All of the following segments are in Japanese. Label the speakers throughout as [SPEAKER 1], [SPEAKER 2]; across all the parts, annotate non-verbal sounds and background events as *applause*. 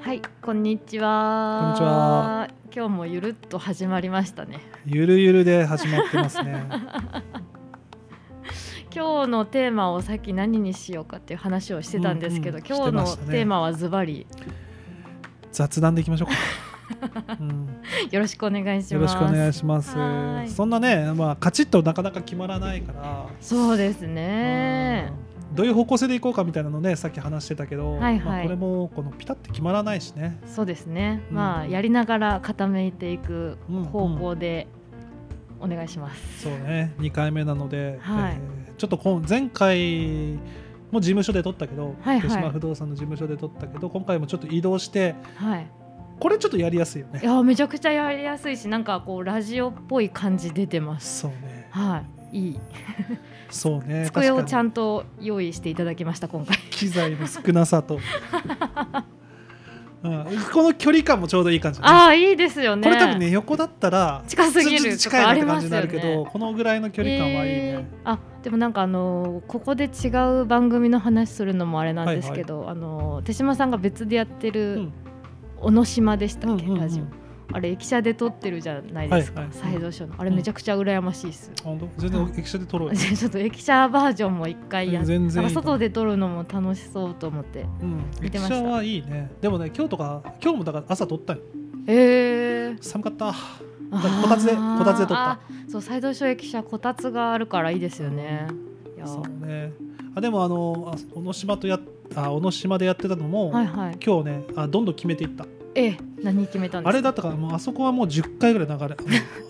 [SPEAKER 1] はい、こんにちは。
[SPEAKER 2] こんにちは。
[SPEAKER 1] 今日もゆるっと始まりましたね。
[SPEAKER 2] ゆるゆるで始まってま
[SPEAKER 1] *laughs*
[SPEAKER 2] すね。
[SPEAKER 1] 今日のテーマをさっき何にしようかっていう話をしてたんですけど、
[SPEAKER 2] うんうん
[SPEAKER 1] 今日
[SPEAKER 2] してまし
[SPEAKER 1] の
[SPEAKER 2] たね
[SPEAKER 1] テーマはズバリ
[SPEAKER 2] 雑談でいきましょうか。うん、
[SPEAKER 1] よろしくお願いします。
[SPEAKER 2] よろしくお願いしま
[SPEAKER 1] はーい
[SPEAKER 2] す。そんなね、まあ、カチッとなかなか決まらないから。
[SPEAKER 1] そうですね。
[SPEAKER 2] うんどういう方向性でいこうかみたいなのね、さっき話してたけど、
[SPEAKER 1] はいはい
[SPEAKER 2] まあ、これもこのピタッて決まらないしね。
[SPEAKER 1] そうですね。
[SPEAKER 2] うん
[SPEAKER 1] まあやりながら固めていく
[SPEAKER 2] うん
[SPEAKER 1] 方向でお願いします。
[SPEAKER 2] そうね、2回目なので、
[SPEAKER 1] はい
[SPEAKER 2] えーちょっとこん前回も事務所で撮ったけど、
[SPEAKER 1] はいはい
[SPEAKER 2] 豊島不動産の事務所で撮ったけど今回もちょっと移動して
[SPEAKER 1] はい。
[SPEAKER 2] これちょっとやりやすいよ
[SPEAKER 1] い
[SPEAKER 2] ね。
[SPEAKER 1] やめちゃくちゃやりやすいし、なんかこうラジオっぽい感じ出てます。
[SPEAKER 2] そうね、
[SPEAKER 1] はい。いい。
[SPEAKER 2] そうね
[SPEAKER 1] 机を
[SPEAKER 2] 確
[SPEAKER 1] ち
[SPEAKER 2] か
[SPEAKER 1] ゃ
[SPEAKER 2] に
[SPEAKER 1] んと用意していただきました今回。
[SPEAKER 2] 機材の少なさと、
[SPEAKER 1] *laughs*
[SPEAKER 2] うん、この距離感もちょうどいい感じだね
[SPEAKER 1] ああいいですよね。
[SPEAKER 2] これ多分ね横だったら
[SPEAKER 1] 近すぎる
[SPEAKER 2] ちょっと近いなって感じになるけど、
[SPEAKER 1] とかありますよ
[SPEAKER 2] このぐらいの距離感はいい
[SPEAKER 1] えー
[SPEAKER 2] ね、
[SPEAKER 1] あでもなんかあのーここで違う番組の話するのもあれなんですけど、あのー手島さんが別でやって
[SPEAKER 2] う
[SPEAKER 1] る
[SPEAKER 2] ん
[SPEAKER 1] 小野島でしたっけ、
[SPEAKER 2] うんうんうん
[SPEAKER 1] ラジオあれ駅舎で撮ってるじゃないですか、
[SPEAKER 2] はいはい
[SPEAKER 1] サイドショーのあれめちゃくちゃ羨ましいっす、
[SPEAKER 2] 本当全然駅舎で撮ろう
[SPEAKER 1] *laughs*
[SPEAKER 2] よ
[SPEAKER 1] ちょっと駅舎バージョンも一回やっ
[SPEAKER 2] 全然
[SPEAKER 1] ないん
[SPEAKER 2] い
[SPEAKER 1] か
[SPEAKER 2] と思
[SPEAKER 1] 外
[SPEAKER 2] う
[SPEAKER 1] で撮るのも楽しそうと思って
[SPEAKER 2] うん、
[SPEAKER 1] 見て
[SPEAKER 2] 駅
[SPEAKER 1] ました
[SPEAKER 2] 舎はいいねでもね今日とか今日もだから朝撮ったよ
[SPEAKER 1] ええ
[SPEAKER 2] 寒かった
[SPEAKER 1] あ
[SPEAKER 2] から
[SPEAKER 1] ー
[SPEAKER 2] こたつでこたつで撮った
[SPEAKER 1] あそうサイドショー駅舎こたつがあるからいいですよねいや
[SPEAKER 2] そ
[SPEAKER 1] ー
[SPEAKER 2] うねあでもあのあ小野島とやっあ小野島でやってたのも、
[SPEAKER 1] はいはい
[SPEAKER 2] 今日ねあどんどん決めていった
[SPEAKER 1] ええ何決めたんで
[SPEAKER 2] あ
[SPEAKER 1] す
[SPEAKER 2] れ
[SPEAKER 1] か
[SPEAKER 2] だったからもうあそこはもう10回ぐらい流れ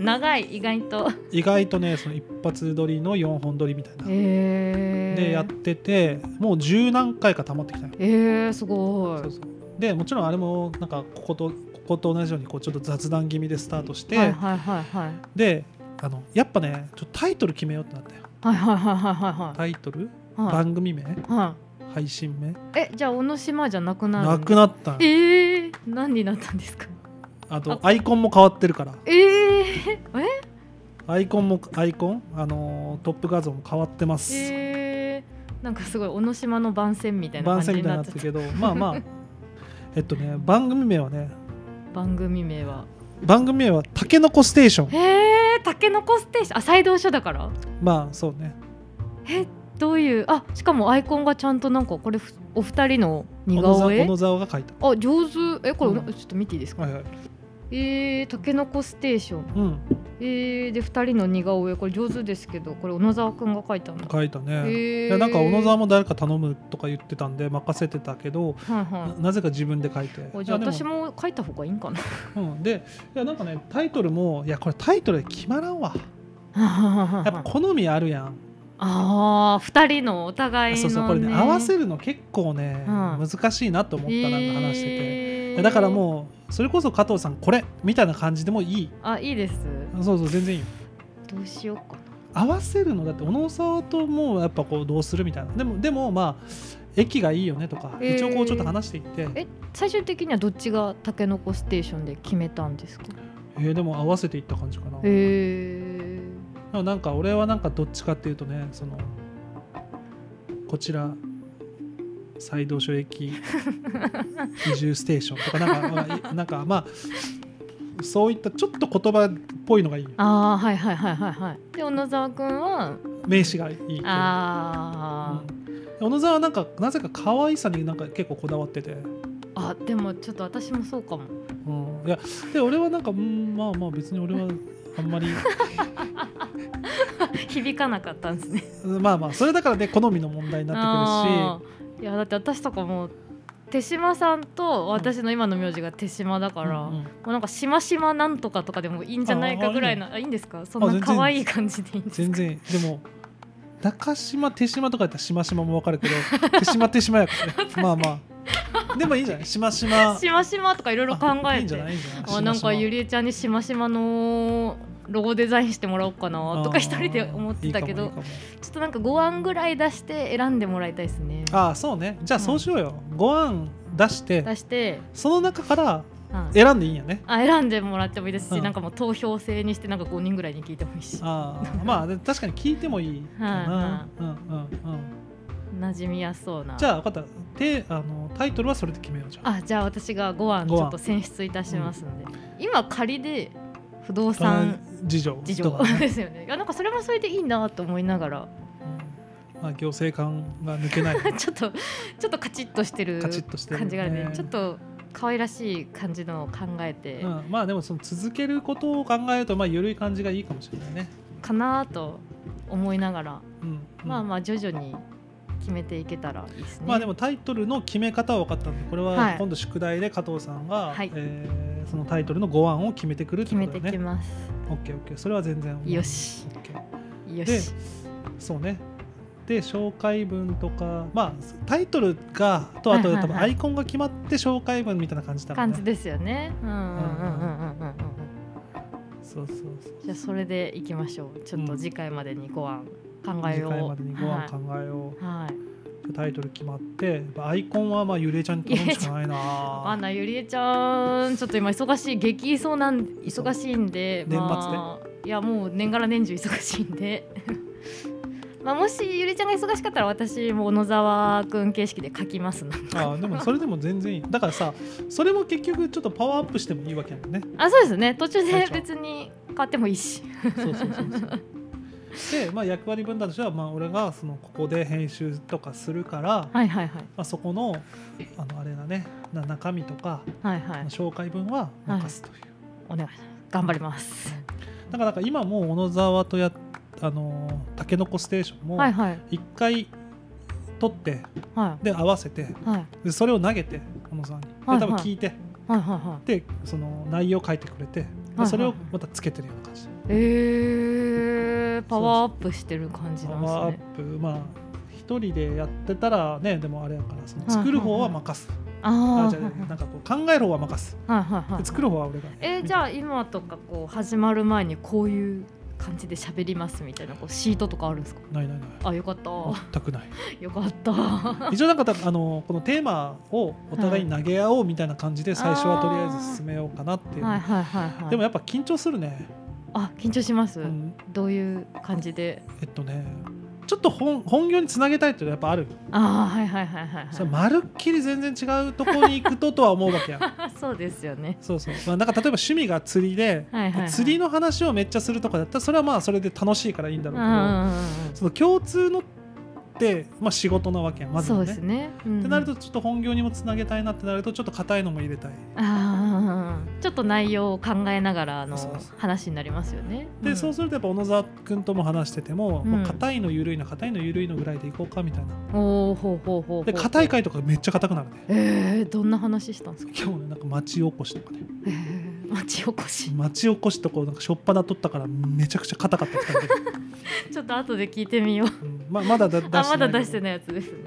[SPEAKER 1] 長い意外
[SPEAKER 2] *laughs*
[SPEAKER 1] と
[SPEAKER 2] 意外とねその一発撮りの4本撮りみたいな、
[SPEAKER 1] え
[SPEAKER 2] でやっててもう十何回か溜まってきたよ、
[SPEAKER 1] えー、すごい
[SPEAKER 2] そうそうでもちろんあれもなんかこことここと同じようにこうちょっと雑談気味でスタートして、
[SPEAKER 1] はいはいはいはい
[SPEAKER 2] であのやっぱねちょっとタイトル決めようってなったよ
[SPEAKER 1] はいはいはいはいはい
[SPEAKER 2] タイト
[SPEAKER 1] は
[SPEAKER 2] ル、
[SPEAKER 1] い
[SPEAKER 2] 番組名
[SPEAKER 1] は
[SPEAKER 2] 配信名
[SPEAKER 1] いえじゃあ小野島じゃなくなる
[SPEAKER 2] なくなったよ
[SPEAKER 1] ええー、何になったんですか
[SPEAKER 2] あ
[SPEAKER 1] あ
[SPEAKER 2] とアイコンも変わってるから
[SPEAKER 1] えー、え
[SPEAKER 2] アイコンもアイコンあのートップ画像も変わってます、
[SPEAKER 1] えー、なんかすごい小野島の番宣みたいな
[SPEAKER 2] 番
[SPEAKER 1] 感じ
[SPEAKER 2] 宣み
[SPEAKER 1] に
[SPEAKER 2] たいに
[SPEAKER 1] な
[SPEAKER 2] な
[SPEAKER 1] っ
[SPEAKER 2] っ
[SPEAKER 1] ちゃ
[SPEAKER 2] て
[SPEAKER 1] っ
[SPEAKER 2] る
[SPEAKER 1] た
[SPEAKER 2] けどまあま
[SPEAKER 1] *laughs*
[SPEAKER 2] あえっとね番組名はね
[SPEAKER 1] 番組名は
[SPEAKER 2] 番組名は「たけのこステーション
[SPEAKER 1] えー、たけのこステーションあ西道所だから」
[SPEAKER 2] まあそうね
[SPEAKER 1] えどういうあしかもアイコンがちゃんとなんかこれふお二人の似顔絵
[SPEAKER 2] 小野沢小野沢が書いた
[SPEAKER 1] あ上手えこれ、
[SPEAKER 2] うん
[SPEAKER 1] ちょっと見ていいですか
[SPEAKER 2] はいはい
[SPEAKER 1] えー、たけのこステーション
[SPEAKER 2] うん
[SPEAKER 1] えー、で二人の似顔絵これ上手ですけどこれ小野沢くんが描いたんだ。
[SPEAKER 2] 書いたね、
[SPEAKER 1] へー
[SPEAKER 2] いやなんか小野沢も誰か頼むとか言ってたんで任せてたけど、
[SPEAKER 1] はい
[SPEAKER 2] な
[SPEAKER 1] は
[SPEAKER 2] なぜか自分で書いて
[SPEAKER 1] い。おじゃあ
[SPEAKER 2] いやで
[SPEAKER 1] 私も描いた方がいいんかな。
[SPEAKER 2] うん、でいやなんかねタイトルもいやこれタイトルで決まらんわやっぱ
[SPEAKER 1] あ
[SPEAKER 2] 好みあるやん
[SPEAKER 1] *laughs* あー二人のお互いの、ね、
[SPEAKER 2] そうそうこれね合わせ
[SPEAKER 1] る
[SPEAKER 2] るの結構ね、
[SPEAKER 1] うん
[SPEAKER 2] 難しいなと思ったなんか話してて、
[SPEAKER 1] て
[SPEAKER 2] いやだからもうそれこそ加藤さんこれみたいな感じでもいいう
[SPEAKER 1] あいいです。
[SPEAKER 2] そうそう全然いいよ
[SPEAKER 1] どうしようかな。
[SPEAKER 2] 合わせるのだって小野沢ともうやっぱこうどうするみたいなでもでもまあ駅がいいよねとか、
[SPEAKER 1] へー
[SPEAKER 2] 一応こうちょっと話していって
[SPEAKER 1] え最終的にはどっちがたけのこステーションで決めたんですか。
[SPEAKER 2] えーでも合わせていった感じかな、
[SPEAKER 1] え
[SPEAKER 2] でもなんか俺はなんかどっちかっていうとねそのこちら西道所
[SPEAKER 1] *laughs*
[SPEAKER 2] 駅移住ステーションとかなんか、まあいなんかまあそういったちょっと言葉っぽいのがいいよ
[SPEAKER 1] ああはいはいはいはいはい。で小野沢くんは
[SPEAKER 2] 名詞がいいっていう
[SPEAKER 1] ああ。
[SPEAKER 2] うん小野沢はなんかなぜか可愛さになんか結構こだわってて、
[SPEAKER 1] あでもちょっと私もそうかも。 *laughs*
[SPEAKER 2] うん、いやで俺はなんか、うん、まあまあ別に俺はあんまり *laughs*
[SPEAKER 1] 響かなかったんですね。
[SPEAKER 2] うんまあまあそれだからね好みの問題になってくるし
[SPEAKER 1] あーいやだって私とかもう手島さんと私の今の名字が手島だから、
[SPEAKER 2] うん
[SPEAKER 1] も
[SPEAKER 2] うん
[SPEAKER 1] うなんかしましまなんとかとかでもいいんじゃないかぐらいのあいいんですかそん
[SPEAKER 2] あ
[SPEAKER 1] な
[SPEAKER 2] 全然
[SPEAKER 1] 可愛い感じでいいんです
[SPEAKER 2] 全
[SPEAKER 1] か
[SPEAKER 2] 然でも中島手島とかやったら島島もわかるけど *laughs* 手島手島
[SPEAKER 1] *laughs*
[SPEAKER 2] やからねまあまあでもいいんじゃない島島
[SPEAKER 1] しましまとかいろいろ考
[SPEAKER 2] あ
[SPEAKER 1] え
[SPEAKER 2] いいんじ
[SPEAKER 1] て
[SPEAKER 2] ゃないいいんじゃない
[SPEAKER 1] あなんかゆりえちゃんにしましまのロゴデザインしてもらおうかなとか一人で思ってたけど
[SPEAKER 2] あーいいかもいいかも
[SPEAKER 1] ちょっとなんか5案ぐらい出して選んでもらいたいですね
[SPEAKER 2] あーそうねじゃあそうしようよ、ご案出して
[SPEAKER 1] 出して、
[SPEAKER 2] その中から
[SPEAKER 1] うん
[SPEAKER 2] 選んでいいんやね
[SPEAKER 1] あ選んでもらってもいいですし、
[SPEAKER 2] うん
[SPEAKER 1] なんかもう投票制にしてなんか5人ぐらいに聞いてもいいし
[SPEAKER 2] あーまあで確かに聞いてもいいかな、うんうんうん、
[SPEAKER 1] 馴染みやすそうな
[SPEAKER 2] じゃあ分かったてあのタイトルはそれで決めようじゃん
[SPEAKER 1] あじゃあ私が5案ち
[SPEAKER 2] ご案
[SPEAKER 1] ょっと選出いたしますんで、今仮で不動産
[SPEAKER 2] あ事情
[SPEAKER 1] 事
[SPEAKER 2] と
[SPEAKER 1] 情
[SPEAKER 2] かね
[SPEAKER 1] *laughs* ですよねいやなんかそれもそれでいいなと思いながら *laughs*
[SPEAKER 2] うんまあ行政官が抜けない
[SPEAKER 1] ちょっとちょっとカチッとしてる
[SPEAKER 2] カチッとしてるよ
[SPEAKER 1] 感
[SPEAKER 2] ね
[SPEAKER 1] じがあるねちょっと可愛らしい感じのを考えて
[SPEAKER 2] うん、まあでもその続けることを考えるとまあ緩い感じがいいかもしれないね、
[SPEAKER 1] かなと思いながら、
[SPEAKER 2] うんうん
[SPEAKER 1] まあまあ徐々に決めていけたらいいですね。
[SPEAKER 2] まあでもタイトルの決め方は分かったんでこれ
[SPEAKER 1] は
[SPEAKER 2] はい今度宿題で加藤さんが、
[SPEAKER 1] はい
[SPEAKER 2] えーそのタイトルの5案を決めてくるって
[SPEAKER 1] 決め
[SPEAKER 2] こと
[SPEAKER 1] て
[SPEAKER 2] だ
[SPEAKER 1] き
[SPEAKER 2] よね。
[SPEAKER 1] ます。
[SPEAKER 2] オッケーオッケーそれは全然思う
[SPEAKER 1] よし
[SPEAKER 2] オッケー
[SPEAKER 1] よ
[SPEAKER 2] で
[SPEAKER 1] し。
[SPEAKER 2] そうねで紹介文とかまあタイトルがとあと
[SPEAKER 1] はいはいはい
[SPEAKER 2] 多分アイコンが決まって紹介文みたいな感じだもん
[SPEAKER 1] 感じ
[SPEAKER 2] ね。
[SPEAKER 1] ですよね。うんうんうんうんうんうんうん。
[SPEAKER 2] そうそうそう
[SPEAKER 1] じゃあそれでいきましょう。ちょっと次回までにご案考え
[SPEAKER 2] 次
[SPEAKER 1] よう。
[SPEAKER 2] 回までに5案考えよう、
[SPEAKER 1] はい。はい。
[SPEAKER 2] タイトル決まってやっぱアイコンはまあゆれちゃんに頼むしか
[SPEAKER 1] *laughs*
[SPEAKER 2] ない
[SPEAKER 1] アン
[SPEAKER 2] な
[SPEAKER 1] ナゆりえちゃんちょっと今忙しい激忙なん忙しいんで
[SPEAKER 2] 年末ね
[SPEAKER 1] まあ、いやもう年がら年中忙しいんで *laughs* まあもしゆりえちゃんが忙しかったら私も小野沢くん形式で書きますの
[SPEAKER 2] あーでもそれでも全然いいだからさそれも結局ちょっとパワーアップしてもいいわけやもんね
[SPEAKER 1] *laughs* あそうですね途中
[SPEAKER 2] は
[SPEAKER 1] で
[SPEAKER 2] い
[SPEAKER 1] 別に変わってもいいし
[SPEAKER 2] そうそうそうそうで、まあ、役割分担としては、まあ、俺がそのここで編集とかするから、ま
[SPEAKER 1] はいはいはい
[SPEAKER 2] あ、そこのあのあれだねな中身とか、
[SPEAKER 1] はいは
[SPEAKER 2] まあ
[SPEAKER 1] い
[SPEAKER 2] 紹介文は任すという、
[SPEAKER 1] お願いします頑張ります
[SPEAKER 2] だからなんか今もう小野沢とやあのーたけのこステーションも
[SPEAKER 1] はいはい
[SPEAKER 2] 1回取って
[SPEAKER 1] は
[SPEAKER 2] で合わせて
[SPEAKER 1] いはい
[SPEAKER 2] でそれを投げて小野沢にで
[SPEAKER 1] は
[SPEAKER 2] 多
[SPEAKER 1] いはい
[SPEAKER 2] 分聞いて、
[SPEAKER 1] はいはいはい
[SPEAKER 2] でその内容を書いてくれて、で
[SPEAKER 1] はい
[SPEAKER 2] それを
[SPEAKER 1] はい
[SPEAKER 2] またつけてるような感じ
[SPEAKER 1] えー、パワーアップしてる感じ
[SPEAKER 2] パ
[SPEAKER 1] なんです
[SPEAKER 2] ワーア
[SPEAKER 1] ね
[SPEAKER 2] ップまあ一人でやってたらねでもあれやからその
[SPEAKER 1] はいはい
[SPEAKER 2] 作る方は任す、
[SPEAKER 1] あ
[SPEAKER 2] あ
[SPEAKER 1] あ
[SPEAKER 2] じゃあなんかこう考える方は任す、
[SPEAKER 1] はいはいはい
[SPEAKER 2] で作る方は俺が
[SPEAKER 1] えーじゃあ今とかこう始まる前にこういう感じで喋りますみたいなこうシートとかあるんですか
[SPEAKER 2] ないないない
[SPEAKER 1] あよかった
[SPEAKER 2] 全くない
[SPEAKER 1] よか
[SPEAKER 2] *laughs*
[SPEAKER 1] ったは *laughs*
[SPEAKER 2] 一応なんかたあのこのテーマをお互いに投げ合おうみたいな感じで最初はとりあえず進めようかなってい、
[SPEAKER 1] いうはいはいはい
[SPEAKER 2] でもやっぱ緊張するね、
[SPEAKER 1] あ緊張します、
[SPEAKER 2] うん、
[SPEAKER 1] どういう感じで
[SPEAKER 2] えっとねちょっと本本業につなげたいっていうのはやっぱある、
[SPEAKER 1] ああはいはいはいはいはい
[SPEAKER 2] それまるっきり全然違うとこに行くととは思うわけや
[SPEAKER 1] *laughs* あ *laughs* そうですよね
[SPEAKER 2] そうそう、まあ、なんか例えば趣味が釣りで、
[SPEAKER 1] はいはいはい
[SPEAKER 2] 釣りの話をめっちゃするとかだったらそれはまあそれで楽しいからいいんだ
[SPEAKER 1] う
[SPEAKER 2] ろ
[SPEAKER 1] ん
[SPEAKER 2] う
[SPEAKER 1] う
[SPEAKER 2] け
[SPEAKER 1] ん
[SPEAKER 2] ど、
[SPEAKER 1] うん
[SPEAKER 2] その共通のって、まあ、仕事なわけや
[SPEAKER 1] う
[SPEAKER 2] ま
[SPEAKER 1] ん
[SPEAKER 2] ず
[SPEAKER 1] そ
[SPEAKER 2] は
[SPEAKER 1] う
[SPEAKER 2] ね。
[SPEAKER 1] で
[SPEAKER 2] っ
[SPEAKER 1] すねって
[SPEAKER 2] てなるとちょっと本業にもつなげたいなってなるとちょっと硬いのも入れたい。
[SPEAKER 1] ああちょっと内容を考えながらの
[SPEAKER 2] そうそう
[SPEAKER 1] 話になりますよね
[SPEAKER 2] で、
[SPEAKER 1] ん
[SPEAKER 2] そうするとやっぱ小野沢君とも話してても、
[SPEAKER 1] うん
[SPEAKER 2] まあ、硬いの緩いの硬いの緩いのぐらいでいこうかみたいな。
[SPEAKER 1] おおほうほうほうほう
[SPEAKER 2] で硬い回とかめっちゃ硬くなるね。
[SPEAKER 1] えー、どんな話したんですか、
[SPEAKER 2] 今日ねなんか町おこしとかね
[SPEAKER 1] えー、町おこし
[SPEAKER 2] 町おこしとこうなんかしょっぱな取ったからめちゃくちゃ硬かった2人で、
[SPEAKER 1] ちょっと後で聞いてみよう。
[SPEAKER 2] うんまあまだだ出してない
[SPEAKER 1] あ、まだ出して
[SPEAKER 2] ね
[SPEAKER 1] ないやつですね。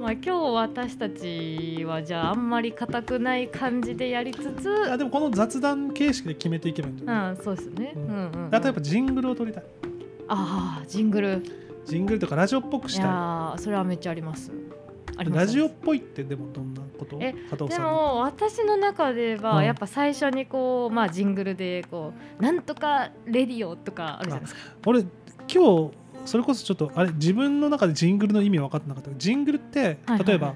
[SPEAKER 1] まあ今日私たちはじゃああんまり硬くない感じでやりつつ、
[SPEAKER 2] あでもこの雑談形式で決めていけばいいんじゃ
[SPEAKER 1] う
[SPEAKER 2] ない、
[SPEAKER 1] ん、そうですね。
[SPEAKER 2] う
[SPEAKER 1] うんんうん、
[SPEAKER 2] あとやっぱジングルを撮りたい
[SPEAKER 1] ああジングル。
[SPEAKER 2] ジングルとかラジオっぽく
[SPEAKER 1] い
[SPEAKER 2] した
[SPEAKER 1] やーそれはめっちゃあります。あ
[SPEAKER 2] い
[SPEAKER 1] ります
[SPEAKER 2] ラジオっぽいってでもどんなこと
[SPEAKER 1] え
[SPEAKER 2] 加藤
[SPEAKER 1] で
[SPEAKER 2] さんの
[SPEAKER 1] も私の中で
[SPEAKER 2] う
[SPEAKER 1] は
[SPEAKER 2] ん
[SPEAKER 1] やっぱ最初にこうまあジングルでこうなんとかレディオとかあるじゃないですか。
[SPEAKER 2] 俺今日それこそちょっとあれ自分の中でジングルの意味分かってなかったジングルって
[SPEAKER 1] はいはい
[SPEAKER 2] 例えば、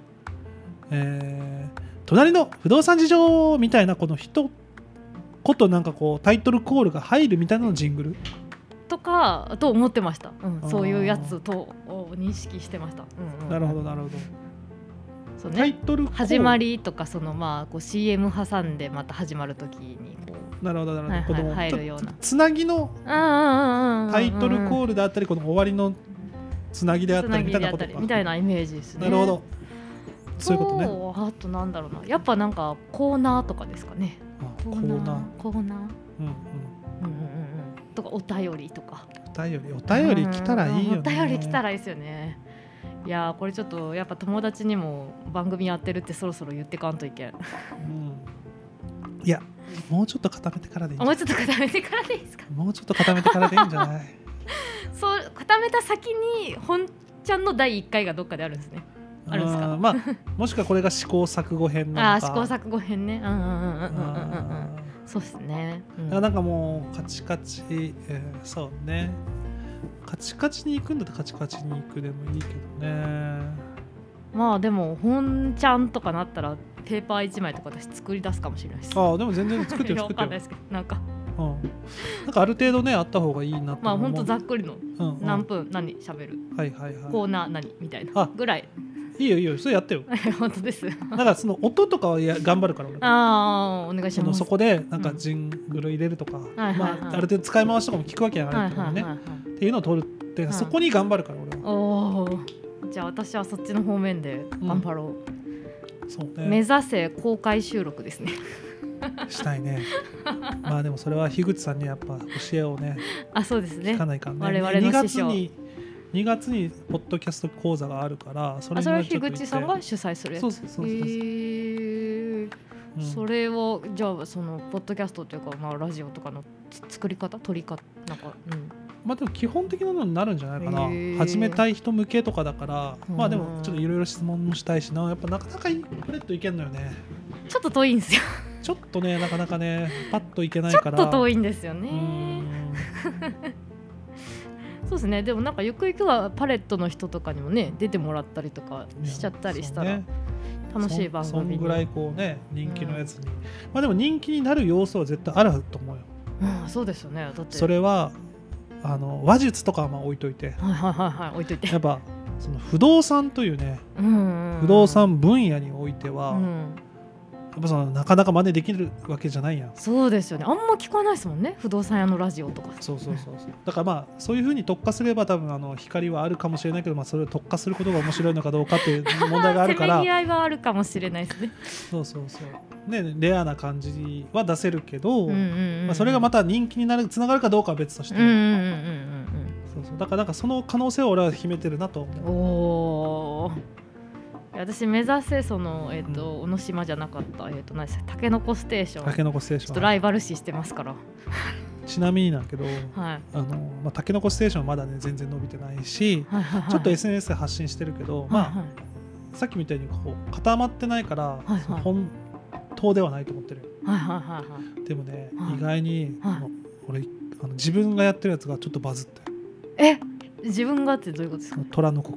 [SPEAKER 2] えー隣の不動産事情」みたいなこの一ことなんかこうタイトルコールが入るみたいなのをジングル
[SPEAKER 1] とかと思ってました。うん
[SPEAKER 2] あー
[SPEAKER 1] そういうやつとを認識してました。うんうん
[SPEAKER 2] なるほどなるほど、
[SPEAKER 1] そう
[SPEAKER 2] タ
[SPEAKER 1] ね
[SPEAKER 2] イ。トルコール
[SPEAKER 1] 始まりとかそのまあこう CM 挟んでまた始まるときにこ
[SPEAKER 2] なるほどなる
[SPEAKER 1] う
[SPEAKER 2] ほど、
[SPEAKER 1] はいはい入
[SPEAKER 2] この
[SPEAKER 1] るような
[SPEAKER 2] つなぎのタ
[SPEAKER 1] タ
[SPEAKER 2] イトルコ
[SPEAKER 1] ー
[SPEAKER 2] ールであったりこの終わりのつなぎであっ
[SPEAKER 1] つ
[SPEAKER 2] た
[SPEAKER 1] な
[SPEAKER 2] りみ
[SPEAKER 1] ぎ
[SPEAKER 2] たい
[SPEAKER 1] であ
[SPEAKER 2] な
[SPEAKER 1] っ
[SPEAKER 2] こ
[SPEAKER 1] た
[SPEAKER 2] と
[SPEAKER 1] り
[SPEAKER 2] か
[SPEAKER 1] みたいなイメージですね。
[SPEAKER 2] なるほどそういうことね
[SPEAKER 1] とあとなんだろうなやっぱなんかコーナーとかですかね。
[SPEAKER 2] あコーナー
[SPEAKER 1] コーナー。うんう
[SPEAKER 2] うんうん
[SPEAKER 1] んうんうんとかお便りとか。
[SPEAKER 2] お便りお便り来たらいいよね
[SPEAKER 1] うんお便り来た
[SPEAKER 2] ら
[SPEAKER 1] らいいですよね。いやーこれちょっとやっぱ友達にも番組やってるってそろそろ言ってかんとい
[SPEAKER 2] *laughs*
[SPEAKER 1] けん。
[SPEAKER 2] うんいやもうちょっと固めてからでいいんじ
[SPEAKER 1] も
[SPEAKER 2] ゃ
[SPEAKER 1] うちょっと固めてからでいいですか。
[SPEAKER 2] ないもうちょっと固めてからでいいんじゃない
[SPEAKER 1] そう固めた先に本ちゃんの第1回がどっかであるんですね。 *laughs* あるんですか
[SPEAKER 2] ーまあもしくはこれが試行錯誤編
[SPEAKER 1] あ
[SPEAKER 2] な
[SPEAKER 1] あ
[SPEAKER 2] の
[SPEAKER 1] 試
[SPEAKER 2] か
[SPEAKER 1] 行錯誤編ね。うんうんうんうんうんうんうん。
[SPEAKER 2] あ
[SPEAKER 1] そうですね。うん
[SPEAKER 2] ーだからなんかもうカチカチ、えーそうねカチカチに行くんだったらカチカチに行くでもいいけどね
[SPEAKER 1] まあでも本ちゃんとかなったらペーパー1枚とか私作り出すかもしれないです
[SPEAKER 2] ああでも全然作って
[SPEAKER 1] *laughs*
[SPEAKER 2] る
[SPEAKER 1] いやわ
[SPEAKER 2] 作っ
[SPEAKER 1] か
[SPEAKER 2] て
[SPEAKER 1] んないで
[SPEAKER 2] る
[SPEAKER 1] すけどなんか
[SPEAKER 2] うん、なんかある程度ねあった方がいいなと
[SPEAKER 1] ま
[SPEAKER 2] は
[SPEAKER 1] あ
[SPEAKER 2] 思
[SPEAKER 1] ほ
[SPEAKER 2] うん
[SPEAKER 1] とざっくりの
[SPEAKER 2] うんうん
[SPEAKER 1] 何分何喋る
[SPEAKER 2] はいはいは
[SPEAKER 1] コーナー何みたいな
[SPEAKER 2] あ
[SPEAKER 1] ぐらい *laughs*
[SPEAKER 2] いいいよいいよそれやってよ
[SPEAKER 1] 本当
[SPEAKER 2] *laughs*
[SPEAKER 1] です
[SPEAKER 2] だからその音とかはや頑張るから俺
[SPEAKER 1] ああお願いし
[SPEAKER 2] その
[SPEAKER 1] ます
[SPEAKER 2] そこでなんかジングル入れるとか、
[SPEAKER 1] はいはいはい
[SPEAKER 2] まあ、ある程度使い回しとかも聞くわけや
[SPEAKER 1] は
[SPEAKER 2] ないいから
[SPEAKER 1] はい
[SPEAKER 2] ね、
[SPEAKER 1] はい、はい、
[SPEAKER 2] っていうのを取るって、
[SPEAKER 1] うん
[SPEAKER 2] そこに頑張るから俺は
[SPEAKER 1] おおじゃあ私はそっちの方面で頑張ろ
[SPEAKER 2] そう
[SPEAKER 1] う、目
[SPEAKER 2] ね
[SPEAKER 1] 指せ公開収録ですね *laughs*
[SPEAKER 2] したいねまあでもそれは樋口さんにやっぱ教えをね
[SPEAKER 1] あそうです
[SPEAKER 2] 聞
[SPEAKER 1] ね
[SPEAKER 2] かないからね
[SPEAKER 1] 我々の師匠
[SPEAKER 2] 2月に2月にポッドキャスト講座があるからそ
[SPEAKER 1] あ
[SPEAKER 2] れに
[SPEAKER 1] それは
[SPEAKER 2] はち
[SPEAKER 1] 樋
[SPEAKER 2] ょっと行って
[SPEAKER 1] 口さんが主催する
[SPEAKER 2] そうそうそうそう、
[SPEAKER 1] へー
[SPEAKER 2] うん
[SPEAKER 1] それをじゃあそのポッドキャストというか、まあ、ラジオとかのつ作り方撮り方なんか、うん、
[SPEAKER 2] まあでも基本的なのになるんじゃないか
[SPEAKER 1] へ
[SPEAKER 2] な
[SPEAKER 1] ー
[SPEAKER 2] 始めたい人向けとかだから
[SPEAKER 1] うん
[SPEAKER 2] まあでもちょっといろいろ質問もしたいしなやっぱなかなかフレットいけんのよね
[SPEAKER 1] ちょっと遠いんですよ
[SPEAKER 2] ちょっとねなかなかねパッといけない
[SPEAKER 1] ちょ
[SPEAKER 2] から
[SPEAKER 1] っと遠
[SPEAKER 2] い
[SPEAKER 1] いんですよねそうですねでもなんかゆくゆくはパレットの人とかにもね出てもらったりとかしちゃったりしたら楽しい番
[SPEAKER 2] そん
[SPEAKER 1] 組に
[SPEAKER 2] ぐらいこうね人気のやつに、まあでも人気になる要素は絶対あると思うよ
[SPEAKER 1] うんそうですよねだって
[SPEAKER 2] それはあの話術とかはまあ置いといて
[SPEAKER 1] はいはいはいはい置いといて
[SPEAKER 2] *laughs* やっぱその不動産というね
[SPEAKER 1] うんうん
[SPEAKER 2] 不動産分野において
[SPEAKER 1] う
[SPEAKER 2] は、や
[SPEAKER 1] ん
[SPEAKER 2] っぱそのなかなか真似できるわけじゃないやん
[SPEAKER 1] そうですよねあんま聞かないですもんね不動産屋のラジオとか
[SPEAKER 2] そうそうそうそうだからまあそういうふうに特化すれば多分あの光はあるかもしれないけど、まあ、それを特化することが面白いのかどうかっていう問題があるか
[SPEAKER 1] せ *laughs*
[SPEAKER 2] ら
[SPEAKER 1] めぎ合いはあるかもしれないですね
[SPEAKER 2] そうそうそうねレアな感じは出せるけど、
[SPEAKER 1] うんうんうん
[SPEAKER 2] まあ、それがまた人気になるつながるかどうかは別とし
[SPEAKER 1] う
[SPEAKER 2] て、
[SPEAKER 1] んうんうんうん
[SPEAKER 2] そうそうだからなんかその可能性を俺は秘めてるなと思
[SPEAKER 1] うん
[SPEAKER 2] う
[SPEAKER 1] うんおーいや私目指せそのえっ、と小野島じゃなかったえっ、と何でしたたけのこステーショ
[SPEAKER 2] タ
[SPEAKER 1] ン
[SPEAKER 2] ケノコステー
[SPEAKER 1] ち
[SPEAKER 2] シ
[SPEAKER 1] ょっと
[SPEAKER 2] ョン
[SPEAKER 1] ライバル視してますから
[SPEAKER 2] ちなみになんだけど
[SPEAKER 1] はい
[SPEAKER 2] あの、まあ、タケノコステーションはまだね全然伸びてないし
[SPEAKER 1] はいはいはい
[SPEAKER 2] ちょっと SNS で発信してるけど、まあ、
[SPEAKER 1] はいはい
[SPEAKER 2] さっきみたいにこう固まってないから、
[SPEAKER 1] いはい
[SPEAKER 2] その本当ではないと思ってる
[SPEAKER 1] はいはいはいはい
[SPEAKER 2] でもね、
[SPEAKER 1] はい
[SPEAKER 2] 意外に、
[SPEAKER 1] はい
[SPEAKER 2] あの俺あの自分がやってるやつがちょっとバズって
[SPEAKER 1] え自分がってどういうことですか
[SPEAKER 2] 虎の国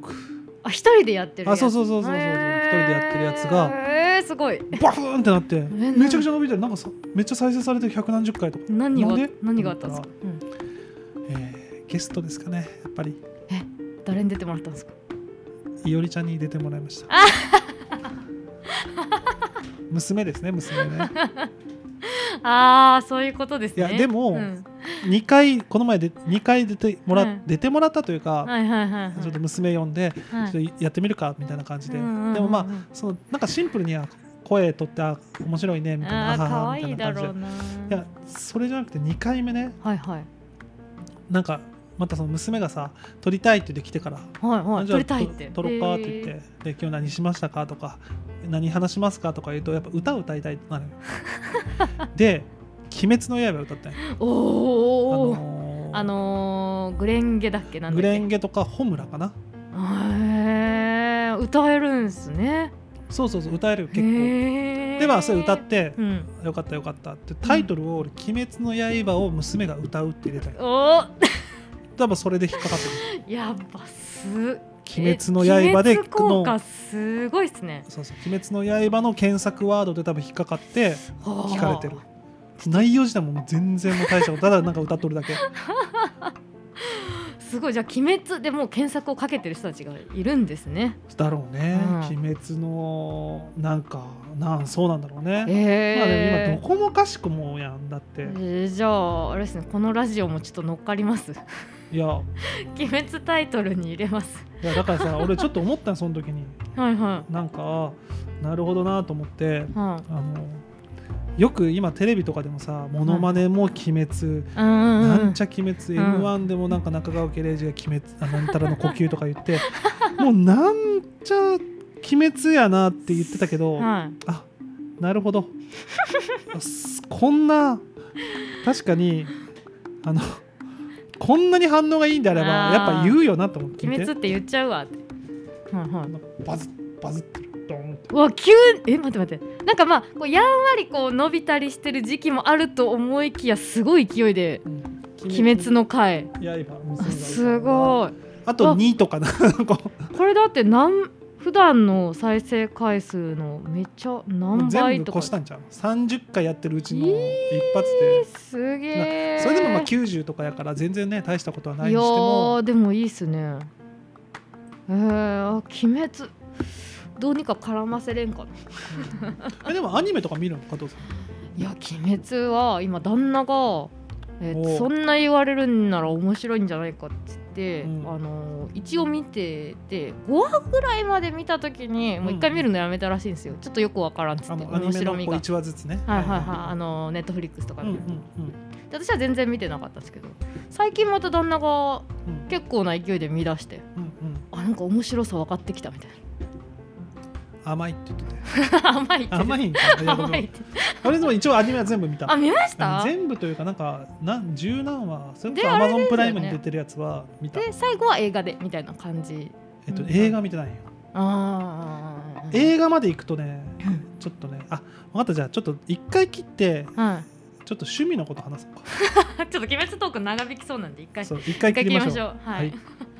[SPEAKER 1] あ一人でやってるや
[SPEAKER 2] あ
[SPEAKER 1] つ
[SPEAKER 2] そうそうそうそうそうそう
[SPEAKER 1] へー
[SPEAKER 2] 一人でやってるやつが
[SPEAKER 1] えー、すごい
[SPEAKER 2] バフーンってなって
[SPEAKER 1] なん
[SPEAKER 2] めちゃくちゃ伸びてるなんかさめっちゃ再生されてる1何十回とか
[SPEAKER 1] 何
[SPEAKER 2] なん
[SPEAKER 1] が
[SPEAKER 2] で
[SPEAKER 1] 何があったんですか、うん
[SPEAKER 2] えーゲストですかねやっぱり
[SPEAKER 1] 誰に出てもらったんですか
[SPEAKER 2] いおりちゃんに出てもらいました娘ですね娘ね
[SPEAKER 1] ああそういうことですね
[SPEAKER 2] いやでも
[SPEAKER 1] うん
[SPEAKER 2] 2回この前で2回出てもら、
[SPEAKER 1] はい
[SPEAKER 2] 出てもらったというか、
[SPEAKER 1] はいはいはいはい
[SPEAKER 2] ちょっと娘呼んで、
[SPEAKER 1] はい
[SPEAKER 2] ちょっとやってみるかみたいな感じで、
[SPEAKER 1] うんうんうんうん
[SPEAKER 2] でもまあそのなんかシンプルには声取ってあ面白いねみたいな
[SPEAKER 1] あー
[SPEAKER 2] あはは
[SPEAKER 1] 可
[SPEAKER 2] み
[SPEAKER 1] 愛
[SPEAKER 2] た
[SPEAKER 1] い
[SPEAKER 2] い
[SPEAKER 1] だ
[SPEAKER 2] な感
[SPEAKER 1] ろ
[SPEAKER 2] じ
[SPEAKER 1] う
[SPEAKER 2] で
[SPEAKER 1] ない
[SPEAKER 2] やそれじゃなくて2回目ね
[SPEAKER 1] はいはい
[SPEAKER 2] なんかまたその娘がさ撮りたいって言ってきてから
[SPEAKER 1] はいはい
[SPEAKER 2] じゃ
[SPEAKER 1] 撮
[SPEAKER 2] あ
[SPEAKER 1] りたいって
[SPEAKER 2] と撮ろっかって言って、
[SPEAKER 1] へ
[SPEAKER 2] で今日何しましたかとか何話しますかとか言うとやっぱ歌を歌いたいってなるよ *laughs* で「鬼滅の刃」歌ったんよ
[SPEAKER 1] ーおお
[SPEAKER 2] のー
[SPEAKER 1] あのーグレンゲだっけなんだ
[SPEAKER 2] グ
[SPEAKER 1] っけ
[SPEAKER 2] レンゲとかホムラかな
[SPEAKER 1] へー歌えるんすね
[SPEAKER 2] そうそうそう歌えるよ結構
[SPEAKER 1] 構
[SPEAKER 2] でまあそれ歌って
[SPEAKER 1] う、ん
[SPEAKER 2] よかったよかったってタイトルを俺「鬼滅の刃」を娘が歌うって入れたんよ
[SPEAKER 1] お
[SPEAKER 2] 多分それで引っかかって
[SPEAKER 1] *laughs*
[SPEAKER 2] る
[SPEAKER 1] ーやばす
[SPEAKER 2] 「鬼滅の刃」で
[SPEAKER 1] え鬼滅効
[SPEAKER 2] の
[SPEAKER 1] 果すごいっすね
[SPEAKER 2] そうそう鬼滅の刃の検索ワードで多分引っかかって聞
[SPEAKER 1] 聞
[SPEAKER 2] かれてる内容自体ももう全然もう大したことただなんか歌っとるだけ
[SPEAKER 1] すごいじゃあ鬼滅でもう検索をかけてる人たちがいるんですね
[SPEAKER 2] だろうね、
[SPEAKER 1] うん
[SPEAKER 2] 鬼滅のなんかなんそうなんだろうね、まあでも
[SPEAKER 1] え
[SPEAKER 2] 今どこもかしくもうやんだって、
[SPEAKER 1] えーじゃああれですねこのラジオもちょっと乗っかります *laughs*
[SPEAKER 2] いや
[SPEAKER 1] 鬼滅タイトルに入れます
[SPEAKER 2] いやだからさ *laughs* 俺ちょっと思ったのその時に
[SPEAKER 1] はいは
[SPEAKER 2] なんかなるほどなと思って
[SPEAKER 1] いはい
[SPEAKER 2] あのよく今テレビとかでもさモノマネも鬼滅、
[SPEAKER 1] うんうんうん
[SPEAKER 2] なんちゃ鬼滅、
[SPEAKER 1] うん
[SPEAKER 2] m 1でもなんか中川家礼二が鬼滅あなんたらの呼吸とか言
[SPEAKER 1] *laughs*
[SPEAKER 2] ってもうなんちゃ鬼滅やなって言ってたけど、
[SPEAKER 1] はい
[SPEAKER 2] あなるほどすこんな確かにあのこんなに反応がいいんであれば
[SPEAKER 1] あー
[SPEAKER 2] やっぱ言うよなと思って
[SPEAKER 1] 鬼滅
[SPEAKER 2] 見て
[SPEAKER 1] って言っちゃうわってはいはい
[SPEAKER 2] バズバズってるドンって
[SPEAKER 1] うわ急え待って待ってなんかまあこうやんわりこう伸びたりしてる時期もあると思いきやすごい勢いで「鬼滅の回
[SPEAKER 2] 刃」娘が歌う
[SPEAKER 1] すごい
[SPEAKER 2] あと2とかな *laughs* こう
[SPEAKER 1] これだって何普段の再生回数のめっちゃ何倍
[SPEAKER 2] 全
[SPEAKER 1] と
[SPEAKER 2] 部
[SPEAKER 1] か
[SPEAKER 2] 越したんちゃう30回やってるうちの一発
[SPEAKER 1] え
[SPEAKER 2] で、
[SPEAKER 1] ーすげえ
[SPEAKER 2] それでもまあ90とかやから全然ね大したことはない
[SPEAKER 1] い
[SPEAKER 2] に
[SPEAKER 1] や
[SPEAKER 2] しても
[SPEAKER 1] ーでもいいっすねえー、あ鬼滅どうにか絡ませれんかな
[SPEAKER 2] えでもアニメとか見るの加藤さん
[SPEAKER 1] いや鬼滅は今旦那が、えー
[SPEAKER 2] おう
[SPEAKER 1] そんな言われるんなら面白いんじゃないかっつって、
[SPEAKER 2] うん
[SPEAKER 1] あのー一応見てて5話ぐらいまで見た時にもう一回見るのやめたらしいんですよ、ちょっとよくわからんっつ
[SPEAKER 2] あ
[SPEAKER 1] って
[SPEAKER 2] のアニ
[SPEAKER 1] 面
[SPEAKER 2] メの
[SPEAKER 1] 白み
[SPEAKER 2] こう
[SPEAKER 1] が。
[SPEAKER 2] 1話ずつね
[SPEAKER 1] はいはいはい、あのネットフリックスとか
[SPEAKER 2] うん
[SPEAKER 1] で,、
[SPEAKER 2] うん
[SPEAKER 1] で私は全然見てなかったんですけど最近また旦那が
[SPEAKER 2] うんうん
[SPEAKER 1] 結構な勢いで見出して
[SPEAKER 2] うんうん
[SPEAKER 1] あなんか面白さ分かってきたみたい
[SPEAKER 2] 甘いって言ってて
[SPEAKER 1] な *laughs* 甘いって
[SPEAKER 2] 甘いんかいやでも
[SPEAKER 1] 甘いって
[SPEAKER 2] 俺でも一応アニメは全部見た
[SPEAKER 1] あ見ました
[SPEAKER 2] うん全部というかなんか何十何話それこ
[SPEAKER 1] で
[SPEAKER 2] そアマゾンプライム
[SPEAKER 1] あれで
[SPEAKER 2] に
[SPEAKER 1] すよね
[SPEAKER 2] 出てるやつは見た、
[SPEAKER 1] で最後は映画でみたいな感じ
[SPEAKER 2] えっと
[SPEAKER 1] うん
[SPEAKER 2] 映画見てないよ
[SPEAKER 1] ああ
[SPEAKER 2] 映画まで行くとね
[SPEAKER 1] ん
[SPEAKER 2] ちょっとねあ分かったじゃあちょっと一回切って
[SPEAKER 1] はい
[SPEAKER 2] ちょっと趣味のこと話そうか
[SPEAKER 1] ちょっと鬼滅トーク長引きそうなんで一回
[SPEAKER 2] そう一回切りましょう
[SPEAKER 1] ょう。はい。
[SPEAKER 2] はい